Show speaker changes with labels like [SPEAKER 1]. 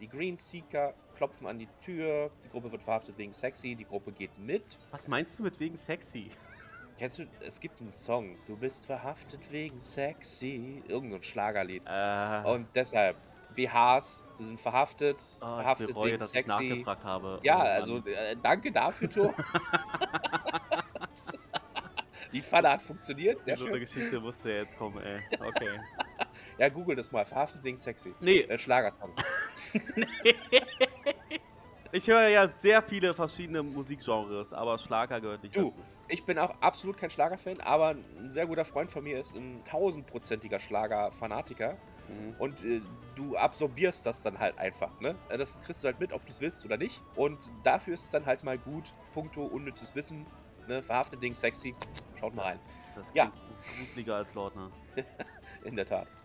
[SPEAKER 1] Die Green Seeker klopfen an die Tür. Die Gruppe wird verhaftet wegen sexy. Die Gruppe geht mit.
[SPEAKER 2] Was meinst du mit wegen sexy?
[SPEAKER 1] Kennst du, es gibt einen Song. Du bist verhaftet wegen sexy. Irgend so ein Schlagerlied.
[SPEAKER 2] Äh,
[SPEAKER 1] Und deshalb, BHs, sie sind verhaftet.
[SPEAKER 2] oh, ich
[SPEAKER 1] verhaftet
[SPEAKER 2] bereue,
[SPEAKER 1] wegen
[SPEAKER 2] dass ich
[SPEAKER 1] sexy.
[SPEAKER 2] nachgefragt habe.
[SPEAKER 1] ja,
[SPEAKER 2] Oh, Mann.
[SPEAKER 1] also äh, danke dafür, Tor. die Pfanne hat funktioniert. Sehr
[SPEAKER 2] so eine
[SPEAKER 1] schön.
[SPEAKER 2] Geschichte musste ja jetzt kommen, ey. Okay.
[SPEAKER 1] Ja, google das mal. Verhaftet wegen sexy.
[SPEAKER 2] Nee,
[SPEAKER 1] Äh, Schlagersong.
[SPEAKER 2] ich höre ja sehr viele verschiedene Musikgenres, aber Schlager gehört nicht
[SPEAKER 1] Du.
[SPEAKER 2] dazu.
[SPEAKER 1] Ich bin auch absolut kein Schlagerfan, aber ein sehr guter Freund von mir ist ein tausendprozentiger Schlagerfanatiker.
[SPEAKER 2] Mhm.
[SPEAKER 1] Und äh, du absorbierst das dann halt einfach, ne? Äh, Das kriegst du halt mit, ob du es willst oder nicht. Und dafür ist es dann halt mal gut, punkto unnützes Wissen, ne? Verhaftet Ding, sexy. Schaut mal rein,
[SPEAKER 2] Das, das
[SPEAKER 1] Ja.
[SPEAKER 2] ne? klingt gruseliger als Lordner.
[SPEAKER 1] in der Tat.